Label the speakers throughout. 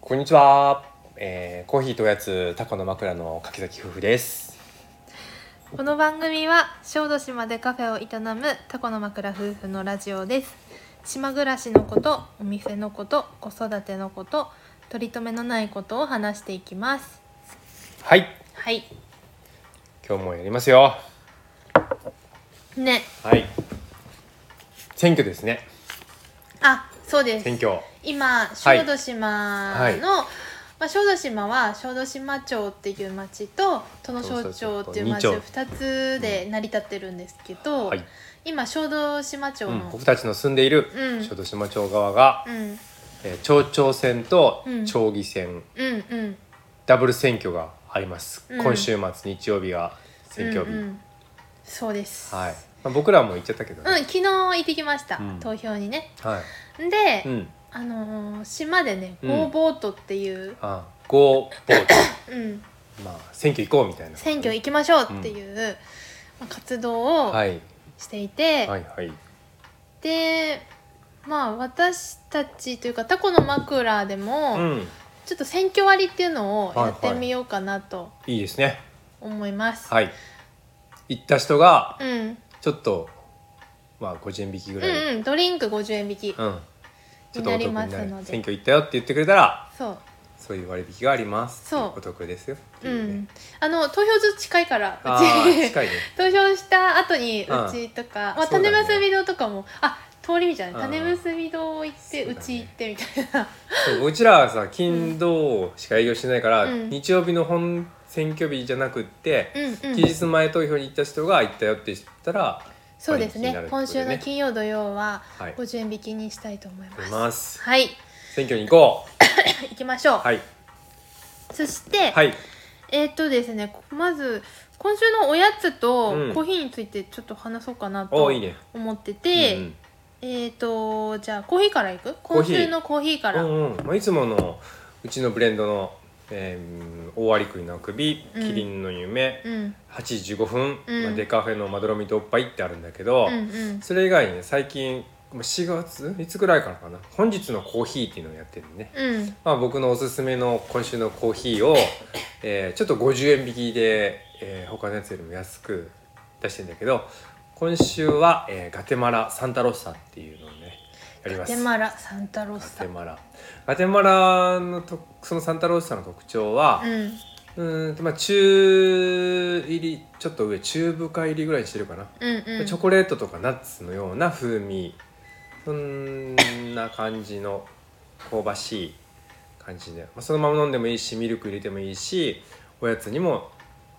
Speaker 1: こんにちは、えーコーヒーとおやつタコの枕の柿崎夫婦です
Speaker 2: この番組は小豆島でカフェを営むタコの枕夫婦のラジオです島暮らしのことお店のこと子育てのこと取り留めのないことを話していきます
Speaker 1: はい
Speaker 2: はい
Speaker 1: 今日もやりますよ
Speaker 2: ね
Speaker 1: はい選挙ですね
Speaker 2: あそうです
Speaker 1: 選挙
Speaker 2: 今小豆島の、
Speaker 1: はい
Speaker 2: まあ、小豆島は小豆島町っていう町と殿庄町っていう町
Speaker 1: そうそうそう二
Speaker 2: を2つで成り立ってるんですけど、
Speaker 1: はい、
Speaker 2: 今小豆島町
Speaker 1: うん
Speaker 2: の、
Speaker 1: 僕たちの住んでいる
Speaker 2: うん
Speaker 1: 小豆島町側が、
Speaker 2: うん、
Speaker 1: えー町長選と
Speaker 2: うん
Speaker 1: 町議選、
Speaker 2: うんうん
Speaker 1: ダブル選挙があります、
Speaker 2: うん
Speaker 1: 今週末日曜日が選挙日、
Speaker 2: うんうんそうです
Speaker 1: はい、まあ、僕らも行っちゃったけど
Speaker 2: うん
Speaker 1: ね、
Speaker 2: 昨日行ってきました、
Speaker 1: うん
Speaker 2: 投票にね
Speaker 1: はい、
Speaker 2: で、
Speaker 1: うん
Speaker 2: あのー島でね
Speaker 1: う
Speaker 2: ゴ
Speaker 1: ん
Speaker 2: ーボートっていう、
Speaker 1: あゴーボート
Speaker 2: うん
Speaker 1: まあ選挙行こうみたいな
Speaker 2: 選挙行きましょうっていう、まあ活動を
Speaker 1: はい
Speaker 2: していて、
Speaker 1: はいはい
Speaker 2: でまあ私たちというかタコの枕でも、
Speaker 1: うん
Speaker 2: ちょっと選挙割っていうのをやってみようかなと
Speaker 1: いいですね
Speaker 2: 思います。
Speaker 1: はい行った人が
Speaker 2: うん
Speaker 1: ちょっとまあ50引きぐ
Speaker 2: う
Speaker 1: らい、
Speaker 2: んうん、ドリンク50円引き、
Speaker 1: うんちょっとお得になる
Speaker 2: になりますので
Speaker 1: 選挙行ったよって言ってくれたら
Speaker 2: そう、
Speaker 1: そういう割引があります
Speaker 2: そう
Speaker 1: お得ですよって
Speaker 2: う
Speaker 1: いうね、
Speaker 2: ん、あの投票所近いから
Speaker 1: あ
Speaker 2: う
Speaker 1: ー
Speaker 2: ち
Speaker 1: 近いね
Speaker 2: 投票した後にう
Speaker 1: うん
Speaker 2: ちとか、まあ、
Speaker 1: そうだ
Speaker 2: 種
Speaker 1: ね
Speaker 2: 結び堂とかもあ通り道じゃない、
Speaker 1: うん
Speaker 2: 種結び堂行って
Speaker 1: そう
Speaker 2: う
Speaker 1: だね
Speaker 2: ち行ってみたいな
Speaker 1: そううちらはさ金土しか営業してないから、
Speaker 2: うん
Speaker 1: 日曜日の本選挙日じゃなくって、
Speaker 2: うん、うん
Speaker 1: 期日前投票に行った人が行ったよって言ったら
Speaker 2: そうです
Speaker 1: 割引になる
Speaker 2: ね
Speaker 1: ってこと
Speaker 2: 今
Speaker 1: でね
Speaker 2: 週の金曜土曜は
Speaker 1: はい
Speaker 2: 50円引きにしたいと思います
Speaker 1: 出ます
Speaker 2: はい
Speaker 1: 選挙に行こう
Speaker 2: 行きましょう、
Speaker 1: はい
Speaker 2: そして、
Speaker 1: はい
Speaker 2: えーっとですねこまず今週のおやつと
Speaker 1: うん
Speaker 2: コーヒーについてちょっと話そうかな
Speaker 1: お
Speaker 2: と
Speaker 1: ーいいね
Speaker 2: 思ってて、
Speaker 1: うん
Speaker 2: えーっとじゃあコーヒーからいく
Speaker 1: コー
Speaker 2: 今
Speaker 1: ヒー
Speaker 2: 週のコーヒーから、
Speaker 1: う
Speaker 2: うん
Speaker 1: んうんまあ、いつものうちのブレンドの、えー、大割り栗の首
Speaker 2: うん
Speaker 1: キリンの夢、
Speaker 2: うん、
Speaker 1: 8時15分、
Speaker 2: うん
Speaker 1: まあ、デカフェのまどろみとおっぱいってあるんだけど、
Speaker 2: うん
Speaker 1: それ以外にね最近まあ4月いつぐらいからかな本日のコーヒーっていうのをやってるね、
Speaker 2: うん
Speaker 1: まあ、僕のおすすめの今週のコーヒーを、えーちょっと50円引きで、えー他のやつよりも安く出してんだけど今週は、えーガテマラサンタロッサっていうのをねやり
Speaker 2: ガ
Speaker 1: ます
Speaker 2: テマラサンタロ
Speaker 1: ガ
Speaker 2: ッサ
Speaker 1: テマラガテマラのとそのサンタロースさんの特徴は
Speaker 2: うん
Speaker 1: うーんとまあ中入りちょっと上中深入りぐらいにしてるかな、
Speaker 2: うんうん
Speaker 1: チョコレートとかナッツのような風味そんな感じの香ばしい感じで、まあ、そのまま飲んでもいいしミルク入れてもいいしおやつにも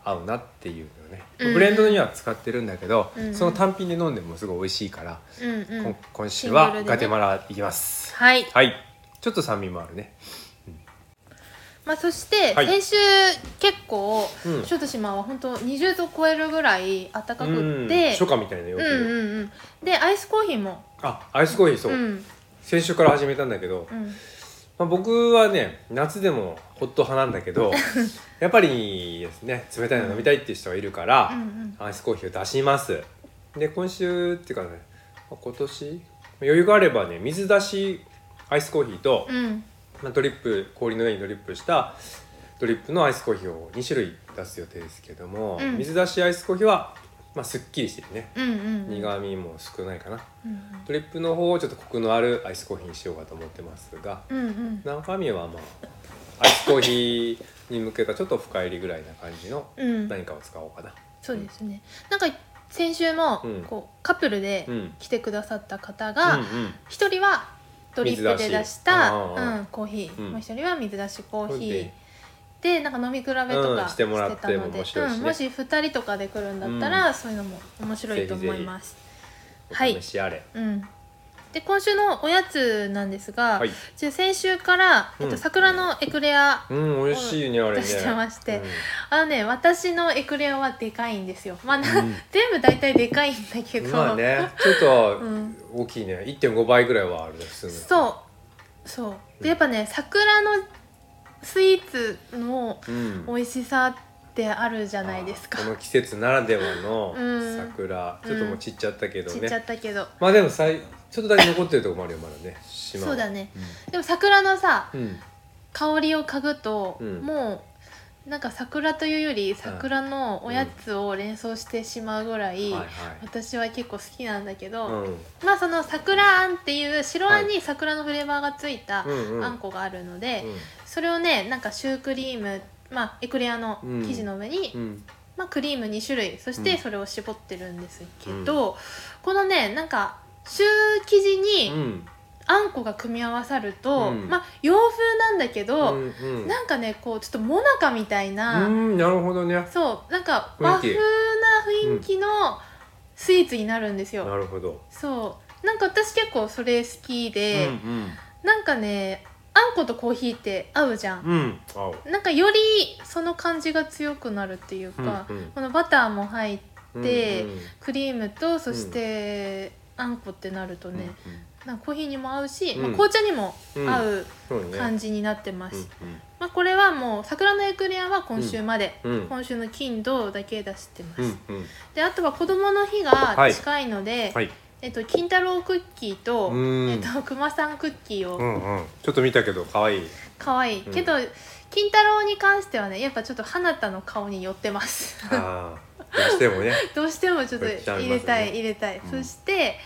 Speaker 1: 合うなっていうのね、
Speaker 2: うん
Speaker 1: ブレンドには使ってるんだけど、
Speaker 2: うん
Speaker 1: その単品で飲んでもすごい美味しいから、
Speaker 2: うんう
Speaker 1: こん
Speaker 2: ん
Speaker 1: 今週
Speaker 2: シング
Speaker 1: は
Speaker 2: ルでね
Speaker 1: ガテマラいきます。
Speaker 2: はい、
Speaker 1: はい。ちょっと酸味もあるね。
Speaker 2: まあ、そして
Speaker 1: はい
Speaker 2: 先週結構
Speaker 1: うん
Speaker 2: 小豆島は本当20度超えるぐらい暖かくっ
Speaker 1: うん
Speaker 2: て
Speaker 1: 初夏みたいな陽
Speaker 2: う
Speaker 1: 気
Speaker 2: ん
Speaker 1: で、
Speaker 2: うんうんでアイスコーヒーも
Speaker 1: あ、アイスコーヒーそう。
Speaker 2: うん
Speaker 1: 先週から始めたんだけど、
Speaker 2: うん
Speaker 1: まあ、僕はね、夏でもホット派なんだけど、 やっぱりですね、冷たいの飲みたいっていう人がいるから
Speaker 2: う、ん
Speaker 1: アイスコーヒーを出します。で、今週っていうかね、まあ今年余裕があればね、水出しアイスコーヒーと、
Speaker 2: うんうん
Speaker 1: まあ、ドリップ氷の上にドリップしたドリップのアイスコーヒーを2種類出す予定ですけども、
Speaker 2: うん
Speaker 1: 水出しアイスコーヒーは、まあ、すっきりしてるね
Speaker 2: うんうんうん
Speaker 1: 苦味も少ないかな
Speaker 2: うん
Speaker 1: ドリップの方をちょっとコクのあるアイスコーヒーにしようかと思ってますが
Speaker 2: うんうん
Speaker 1: 中身はまあアイスコーヒーに向けたちょっと深入りぐらいな感じの
Speaker 2: うん
Speaker 1: 何かを使おうかな
Speaker 2: そうですねなんか先週も
Speaker 1: うん
Speaker 2: こうカップルで
Speaker 1: うん
Speaker 2: 来てくださった方
Speaker 1: うん
Speaker 2: が
Speaker 1: うん
Speaker 2: 一人はドリップで
Speaker 1: 水出し
Speaker 2: 出した
Speaker 1: ああああ
Speaker 2: うんコーヒ
Speaker 1: う
Speaker 2: ー
Speaker 1: ん
Speaker 2: もう一人は水出しコーヒー
Speaker 1: で
Speaker 2: でなんか飲み比べと
Speaker 1: うん
Speaker 2: か
Speaker 1: し
Speaker 2: してて
Speaker 1: もらって
Speaker 2: たの
Speaker 1: も
Speaker 2: で、
Speaker 1: 面白いしね
Speaker 2: うんもし2人とかで来るんだったら、そういうのも面白いと思います。
Speaker 1: お
Speaker 2: はい
Speaker 1: 試しあれ
Speaker 2: うん、で今週のおやつなんですが、
Speaker 1: はい、
Speaker 2: じゃあ先週から、えっ
Speaker 1: うん
Speaker 2: と、桜のエクレア、
Speaker 1: うん美味しいねあれね
Speaker 2: 出してましてあのね私のエクレアはでかいんですよ。まあな
Speaker 1: うん
Speaker 2: 全部大体でかいんだけ
Speaker 1: うん
Speaker 2: ど、
Speaker 1: まあねちょっと
Speaker 2: うん、
Speaker 1: 大きいね1.5倍ぐらいはあるね普通の
Speaker 2: そうそうでやっぱね桜のスイーツの
Speaker 1: う、うん、
Speaker 2: 美味しさってあるじゃないですか
Speaker 1: あー。この季節ならではの
Speaker 2: うん
Speaker 1: 桜、ちょっともう散っちゃったけど
Speaker 2: ち
Speaker 1: ね、
Speaker 2: っちゃったけど。
Speaker 1: まあでもさいちょっとだけ残ってるとこもあるよまだね島は
Speaker 2: そうだねでも桜のさ
Speaker 1: うん、うん
Speaker 2: 香りを嗅ぐと、
Speaker 1: うん
Speaker 2: もうなんか桜というより桜のおやつを連想してしまうぐらい、
Speaker 1: はいはい
Speaker 2: 私は結構好きなんだけど、
Speaker 1: うん
Speaker 2: まあその桜あんっていう白あんに桜のフレーバーがついた
Speaker 1: うんうん
Speaker 2: あんこがあるので、
Speaker 1: うん
Speaker 2: それをねなんかシュークリームまあエクレアの
Speaker 1: うん
Speaker 2: 生地の上に、
Speaker 1: うん
Speaker 2: まあ、クリーム2種類そし
Speaker 1: う
Speaker 2: て
Speaker 1: ん
Speaker 2: それを絞ってるんですけど、このねなんかシュー生地
Speaker 1: う
Speaker 2: に
Speaker 1: ん
Speaker 2: あんこが組み合わさると、
Speaker 1: うん
Speaker 2: まあ洋風なんだけど、
Speaker 1: うんうん
Speaker 2: なんかねこうちょっともなかみたいな、
Speaker 1: うんなるほどね
Speaker 2: そうなんか和風な雰囲気のスイーツになるんですよ。
Speaker 1: なるほど
Speaker 2: そうなんか私結構それ好き
Speaker 1: うん
Speaker 2: で、なんかねあんことコーヒーって合うじゃん、
Speaker 1: うんうん合う
Speaker 2: なんかよりその感じが強くなるっていうか、
Speaker 1: うんうん
Speaker 2: このバターも入ってで
Speaker 1: うんうん
Speaker 2: クリームとそして、あんこってなるとね、なんかコーヒーにも合うし、
Speaker 1: うん
Speaker 2: まあ、紅茶にも
Speaker 1: うんうん
Speaker 2: 合う
Speaker 1: そうね
Speaker 2: 感じになってます、
Speaker 1: うん
Speaker 2: まあ、これはもう桜のエクレアは今週まで、
Speaker 1: うんうん
Speaker 2: 今週の金土だけ出してます、
Speaker 1: うんうん
Speaker 2: であとは子どもの日が近いので、
Speaker 1: はい
Speaker 2: えっと、金太郎クッキーと、
Speaker 1: うん
Speaker 2: えっと、熊さんクッキー
Speaker 1: う
Speaker 2: を
Speaker 1: んうんちょっと見たけど可愛い
Speaker 2: 可愛い
Speaker 1: うん
Speaker 2: けど、金太郎に関してはねやっぱちょっと花田の顔に寄ってます
Speaker 1: ああどうしてもね
Speaker 2: どうしてもちょっと
Speaker 1: 寄っちゃいますね
Speaker 2: 入れたい入れたい、
Speaker 1: うん
Speaker 2: そして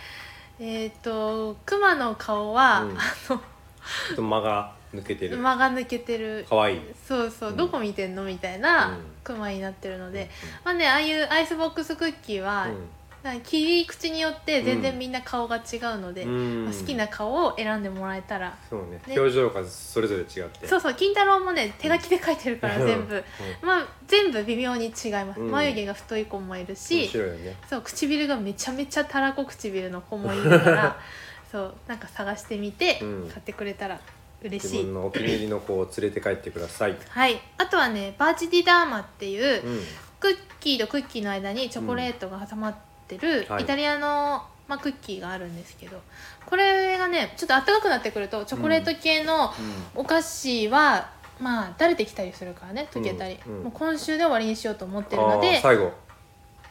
Speaker 2: えっ、と熊の顔は、
Speaker 1: うんちょっと間が抜けてる
Speaker 2: 間が抜けてる
Speaker 1: 可愛い
Speaker 2: そうそう、
Speaker 1: うん
Speaker 2: どこ見てんのみたいな、
Speaker 1: うん
Speaker 2: 熊になってるので、
Speaker 1: う
Speaker 2: まあねああいうアイスボックスクッキーは、
Speaker 1: ん
Speaker 2: なんか切り口によって全
Speaker 1: う
Speaker 2: 然
Speaker 1: ん
Speaker 2: みんな顔が違うので、
Speaker 1: うん
Speaker 2: まあ好きな顔を選んでもらえたら
Speaker 1: そうね
Speaker 2: ね
Speaker 1: 表情がそれぞれ違って
Speaker 2: そうそう金太郎もね手書きで書いてるから
Speaker 1: うん
Speaker 2: 全部、まあ全部微妙に違います、
Speaker 1: うん
Speaker 2: 眉毛が太い子もいる
Speaker 1: 面
Speaker 2: し
Speaker 1: 白いよね
Speaker 2: そう唇がめちゃめちゃたらこ唇の子もいるから そうなんか探してみて
Speaker 1: うん
Speaker 2: 買ってくれたら嬉し
Speaker 1: 自
Speaker 2: い、
Speaker 1: 分のお気に入りの子を連れて帰ってください
Speaker 2: はいあとはねバーチディダーマっていう
Speaker 1: うん
Speaker 2: クッキーとクッキーの間にチョコレートが挟まってる、
Speaker 1: うんはい
Speaker 2: イタリアの、まあ、クッキーがあるんですけどこれがねちょっと暖かくなってくるとチョコレート系の、お菓子はまあだれてきたりするからね溶けたり、
Speaker 1: うんうん
Speaker 2: もう今週で終わりにしようと思ってる
Speaker 1: あ
Speaker 2: の
Speaker 1: ー
Speaker 2: で、
Speaker 1: 最後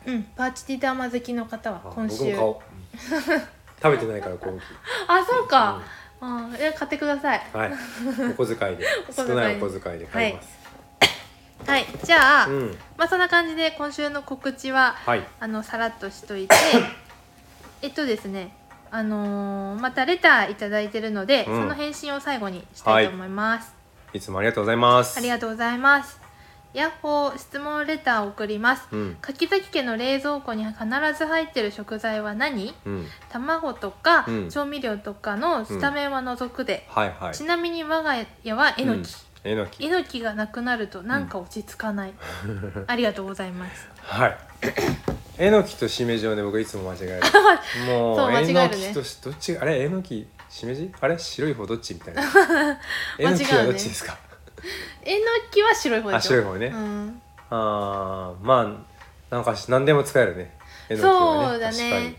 Speaker 2: うん、パーチティターマ好きの方は
Speaker 1: あ
Speaker 2: 今
Speaker 1: 僕も
Speaker 2: 週
Speaker 1: 買おう 食べてないから今期
Speaker 2: あそうか、あーいや買ってください
Speaker 1: はいお小遣いで
Speaker 2: お小遣い
Speaker 1: 少
Speaker 2: で
Speaker 1: ないお小遣いで買います
Speaker 2: はいじゃあ、
Speaker 1: うん
Speaker 2: まあそんな感じで今週の告知は
Speaker 1: はい
Speaker 2: あのさらっとしと いてえっとですねあのーまたレターいただいてるので、
Speaker 1: うん
Speaker 2: その返信を最後にしたいと思います、
Speaker 1: いつもありがとうございます
Speaker 2: ありがとうございますヤッホー質問レターを送ります
Speaker 1: うん
Speaker 2: 柿崎家の冷蔵庫に必ず入ってる食材は何
Speaker 1: うん
Speaker 2: 卵とか
Speaker 1: うん
Speaker 2: 調味料とかのスタメンは除くで、
Speaker 1: はいはい
Speaker 2: ちなみに我が家はえのき、
Speaker 1: うんえのき
Speaker 2: えのきがなくなるとなんか落ち着 かない、ありがとうございます
Speaker 1: はい えのきとしめじをね僕いつも間違 えるも
Speaker 2: そうう間違
Speaker 1: え
Speaker 2: え
Speaker 1: の
Speaker 2: るね
Speaker 1: きとしどっちあれえのきしめじあれ白い方どっちみた いなえのき
Speaker 2: 間違
Speaker 1: は
Speaker 2: うね
Speaker 1: どっちですか
Speaker 2: えのきは白い方で
Speaker 1: あ
Speaker 2: しょ
Speaker 1: 白い方ね
Speaker 2: うん、
Speaker 1: あーまあなんかし何でも使えるねえのきはね
Speaker 2: そうだね
Speaker 1: 確かに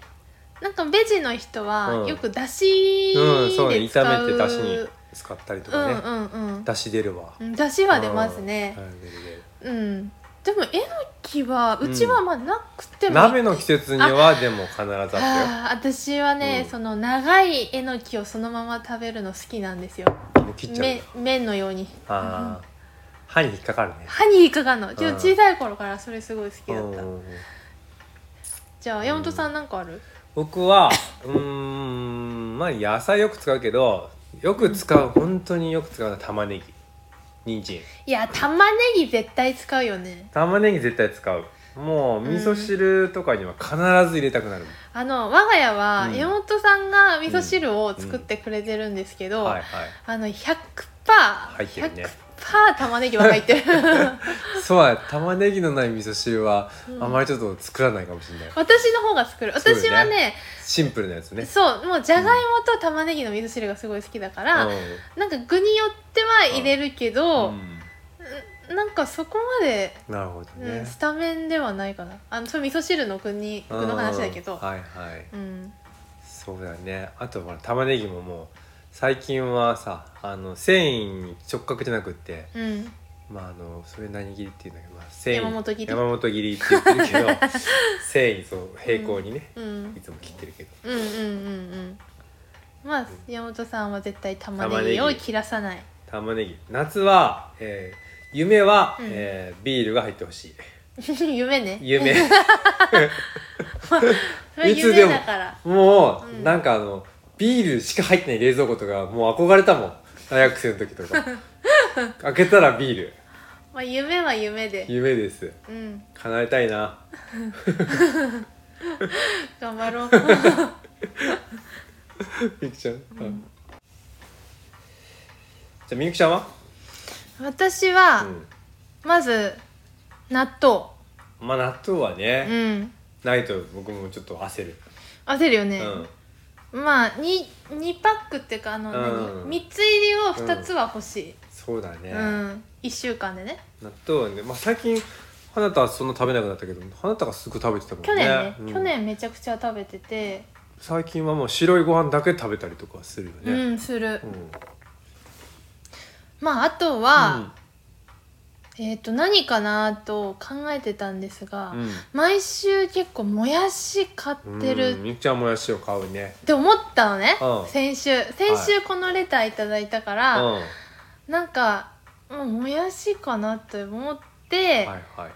Speaker 2: なんかベジの人
Speaker 1: う
Speaker 2: は
Speaker 1: ん
Speaker 2: よくだしで使う、
Speaker 1: うんそうね炒めてだしに使ったりと
Speaker 2: う
Speaker 1: かね、
Speaker 2: んうん
Speaker 1: だし出るわ
Speaker 2: うんだしは出ますね
Speaker 1: うんはい出る出る
Speaker 2: うんでもえのきはうちはまあなくてもいい
Speaker 1: 鍋の季節にはでも必ずあったよ
Speaker 2: あー私はね、
Speaker 1: うん
Speaker 2: その長いえのきをそのまま食べるの好きなんですよ
Speaker 1: もう切っちゃうん
Speaker 2: め
Speaker 1: だ
Speaker 2: 麺のように
Speaker 1: あー歯に引っかかるね
Speaker 2: 歯に引っかかんのでも
Speaker 1: うん
Speaker 2: 小さい頃からそれすごい好きだ
Speaker 1: う
Speaker 2: っ
Speaker 1: んう
Speaker 2: た
Speaker 1: んうん
Speaker 2: じゃあ山本さんなんかある
Speaker 1: 僕はうーんまあ野菜よく使うけどよく使う本当によく使うのは玉ねぎ人参
Speaker 2: いや玉ねぎ絶対使うよね
Speaker 1: 玉ねぎ絶対使うもう味噌汁とかには必ず入れたくなるもん、
Speaker 2: あの我が家は
Speaker 1: うん
Speaker 2: 山本さんが味噌汁を作ってくれてるんですけど、
Speaker 1: はいはい
Speaker 2: あの 100%100%
Speaker 1: 入ってるね
Speaker 2: 玉ねぎは 入ってる
Speaker 1: そうや玉ねぎのない味噌汁は
Speaker 2: うん
Speaker 1: あまりちょっと作らないかもしれない、
Speaker 2: 私の方が作る
Speaker 1: そうよね
Speaker 2: 私はね
Speaker 1: シンプルなやつね
Speaker 2: そうもうじゃがいもと玉ねぎの味噌汁がすごい好きだから、なんか具によっては入れるけ
Speaker 1: うん
Speaker 2: ど
Speaker 1: う、ん
Speaker 2: なんかそこまで、
Speaker 1: なるほど
Speaker 2: うん
Speaker 1: ね、
Speaker 2: スタメンではないかなあのそれ味噌汁の具に具の話だけ
Speaker 1: うん
Speaker 2: ど、
Speaker 1: はいはい
Speaker 2: うん、
Speaker 1: そうだねあとほら玉ねぎももう最近はさあの繊維に直角じゃなくって
Speaker 2: うん、
Speaker 1: まああのそれ何切りっていうんだけど、まあ、繊維
Speaker 2: 山本切り
Speaker 1: 山本切りって言ってるけど 繊維そう平行にね、
Speaker 2: うん、うん
Speaker 1: いつも切ってるけど
Speaker 2: うんうんうんまあ山本さんは絶対玉
Speaker 1: 玉
Speaker 2: ね
Speaker 1: ねぎ
Speaker 2: ぎを切らさない
Speaker 1: 玉ねぎ夏は、えー夢は、
Speaker 2: うん
Speaker 1: えービールが入ってほしい
Speaker 2: 夢ね
Speaker 1: 夢
Speaker 2: それ
Speaker 1: いつで
Speaker 2: 夢
Speaker 1: も
Speaker 2: だから
Speaker 1: もう、
Speaker 2: うん
Speaker 1: なんかあのビールしか入ってない冷蔵庫とかもう憧れたもん大学生の時と か開けたらビール
Speaker 2: まあ夢は夢で
Speaker 1: 夢です
Speaker 2: うん
Speaker 1: 叶えたいな
Speaker 2: 頑 張ろう
Speaker 1: みゆきちゃん、はいじゃあみゆきちゃんは、
Speaker 2: 私は、
Speaker 1: う
Speaker 2: まず納豆
Speaker 1: ん、まあ納豆はね、
Speaker 2: うん
Speaker 1: ないと僕もちょっと焦る、
Speaker 2: 焦るよね、
Speaker 1: うん、
Speaker 2: まあ 2, 2パックっていうかあの、
Speaker 1: うん
Speaker 2: 何3つ入りを2つは欲し
Speaker 1: そうだ
Speaker 2: い、
Speaker 1: ね、
Speaker 2: うん一1週間でね
Speaker 1: 納豆はね、まあ、最近花田はそんな食べなくなったけど花田がすぐ食べてたもんね
Speaker 2: 去年ね、
Speaker 1: うん
Speaker 2: 去年めちゃくちゃ食べてて
Speaker 1: 最近はもう白いご飯だけ食べたりとかするよ
Speaker 2: う
Speaker 1: ね
Speaker 2: んする、
Speaker 1: うん、
Speaker 2: まああとは、えっ、と何かなと考えてたんですが、
Speaker 1: うん
Speaker 2: 毎週結構もやし買って
Speaker 1: う
Speaker 2: る
Speaker 1: んみゆきちゃんもやしを買うね
Speaker 2: って思ったのね、
Speaker 1: うん
Speaker 2: 先週先週このレターいただいたか
Speaker 1: うん
Speaker 2: ら、
Speaker 1: は
Speaker 2: なんかうんもやしかなって思っ
Speaker 1: い
Speaker 2: て、
Speaker 1: はい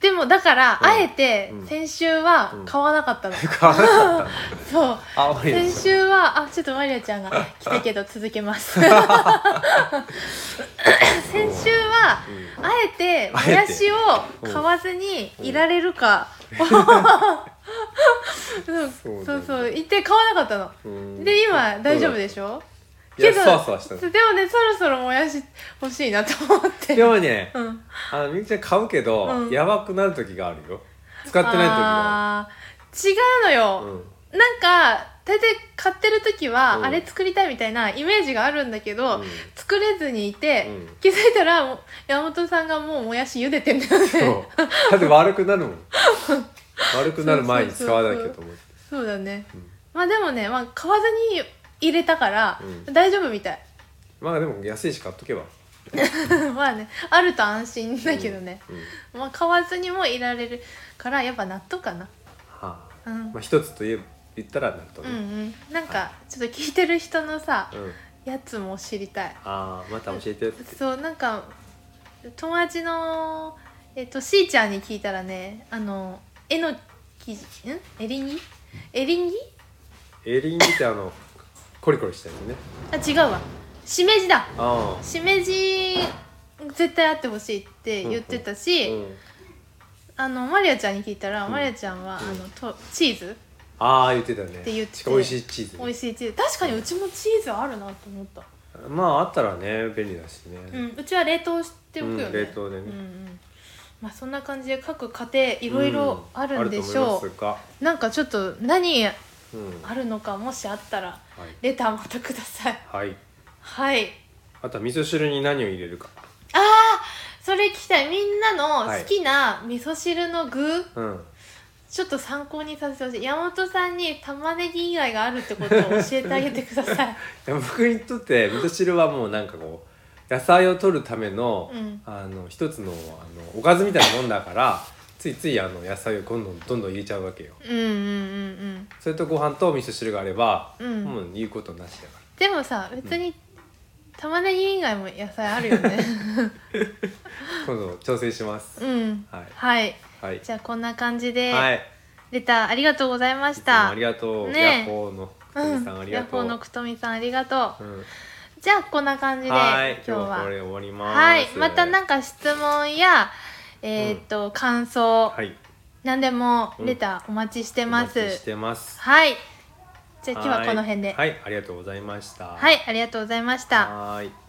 Speaker 2: でもだから、
Speaker 1: うん
Speaker 2: あえて
Speaker 1: うん
Speaker 2: 先週は買わなかったの、
Speaker 1: 買わなかった
Speaker 2: そう
Speaker 1: あ悪い
Speaker 2: 先
Speaker 1: です
Speaker 2: 週はあちょっとマリアちゃんが来たけど続けます 先週はあえてもやしを買わずにいられるかを
Speaker 1: う
Speaker 2: そ
Speaker 1: ん
Speaker 2: うそう言って買わなかったの
Speaker 1: うんうん
Speaker 2: で今大丈夫でしょ
Speaker 1: いや
Speaker 2: けど
Speaker 1: そわそわしたの
Speaker 2: でもねそろそろもやし欲しいなと思って
Speaker 1: でもね
Speaker 2: うん
Speaker 1: あのみゆきちゃん買うけど、
Speaker 2: うん
Speaker 1: やばくなる時があるよ使ってない時があ
Speaker 2: あー違うのよ、
Speaker 1: る、うん
Speaker 2: なんか大体買ってる時は、
Speaker 1: うん
Speaker 2: あれ作りたいみたいなイメージがあるんだけど、
Speaker 1: うん
Speaker 2: 作れずにいて、
Speaker 1: うん
Speaker 2: 気づいたらもう山本さんがもうもやし茹でてんだよね
Speaker 1: そうだって悪くなるもん悪くなる前に使わなきゃと思って
Speaker 2: そうだね、
Speaker 1: うん
Speaker 2: まあでもね、まあ、買わずに入れたから、
Speaker 1: う
Speaker 2: 大丈夫みたい
Speaker 1: まあでも安いし買っとけば
Speaker 2: まあねあると安心だけどね、
Speaker 1: うん、うん
Speaker 2: まあ買わずにもいられるからやっぱ納豆か
Speaker 1: は
Speaker 2: な、
Speaker 1: あ
Speaker 2: うん
Speaker 1: まあ一つと言え言ったらなると
Speaker 2: う
Speaker 1: ね、
Speaker 2: んうんなんかちょっと聞いてる人のさ
Speaker 1: うん
Speaker 2: やつも知りたい
Speaker 1: ああまた教えてって
Speaker 2: そうなんか友達のえっとしーちゃんに聞いたらねあのえのきんエリンギエリンギ
Speaker 1: エリンギってあのコリコリしたやつね
Speaker 2: あ違うわしめじだ
Speaker 1: あ
Speaker 2: しめじ絶対あってほしいって言ってた
Speaker 1: あ、
Speaker 2: し、
Speaker 1: うん、
Speaker 2: あのマリアちゃんに聞いたら、
Speaker 1: うん
Speaker 2: マリアちゃんは、
Speaker 1: うん
Speaker 2: あのとチーズ
Speaker 1: ああ言ってたね
Speaker 2: て言って
Speaker 1: しかも美味しいチーズね、
Speaker 2: 美味しいチーズ確かにうちもチーズあるなと思った、
Speaker 1: まああったらね便利だしね、
Speaker 2: うん、うちは冷凍しておくよね、
Speaker 1: うん冷凍でね
Speaker 2: うんうんまあそんな感じで各家庭いろいろあるんでしょう、
Speaker 1: あると思いま
Speaker 2: なんかちょっと何あ
Speaker 1: すがうんは
Speaker 2: るのかもしあったらレターまたください
Speaker 1: い、はい、
Speaker 2: はい
Speaker 1: あとは味噌汁に何を入れるか
Speaker 2: あーそれ聞きたいみんなの好きな味噌汁の具、
Speaker 1: うん
Speaker 2: ちょっと参考にさせてほしい山本さんに玉ねぎ以外があるってことを教えてあげてくださ い
Speaker 1: でも僕にとって味噌汁はもうなんかこう野菜を取るための,、
Speaker 2: うん
Speaker 1: あの一つのあのおかずみたいなもんだからついついあの野菜をどんどんどんどん入れちゃうわけよ
Speaker 2: うんうんうん
Speaker 1: それとご飯と味噌汁があれば、
Speaker 2: うん
Speaker 1: もう言うことなしだか
Speaker 2: でもさ別に玉ねぎ以外も野菜あるよ ね
Speaker 1: ら今度調整します、
Speaker 2: うん
Speaker 1: はい
Speaker 2: はい
Speaker 1: はい
Speaker 2: じゃあこんな感じで、
Speaker 1: はい
Speaker 2: レターありがとうございまし
Speaker 1: いつも
Speaker 2: た
Speaker 1: ありがとう、
Speaker 2: ねえ
Speaker 1: ヤッホーのく
Speaker 2: う
Speaker 1: とみ
Speaker 2: ん
Speaker 1: さんありが
Speaker 2: ヤ
Speaker 1: と
Speaker 2: ホ
Speaker 1: う、
Speaker 2: ーのくとみさんありがとう
Speaker 1: うん
Speaker 2: じゃあこんな感じで今
Speaker 1: はい今
Speaker 2: 日
Speaker 1: 日はこれで
Speaker 2: は
Speaker 1: 終わります
Speaker 2: はいまたなんか質問やえーっと感想
Speaker 1: はい
Speaker 2: 何でもレターお待ちして
Speaker 1: お
Speaker 2: ま
Speaker 1: 待
Speaker 2: す
Speaker 1: ちしてます
Speaker 2: はいじゃあ今日はこの辺で
Speaker 1: はい、はいありがとうございました
Speaker 2: はいありがとうございました
Speaker 1: はい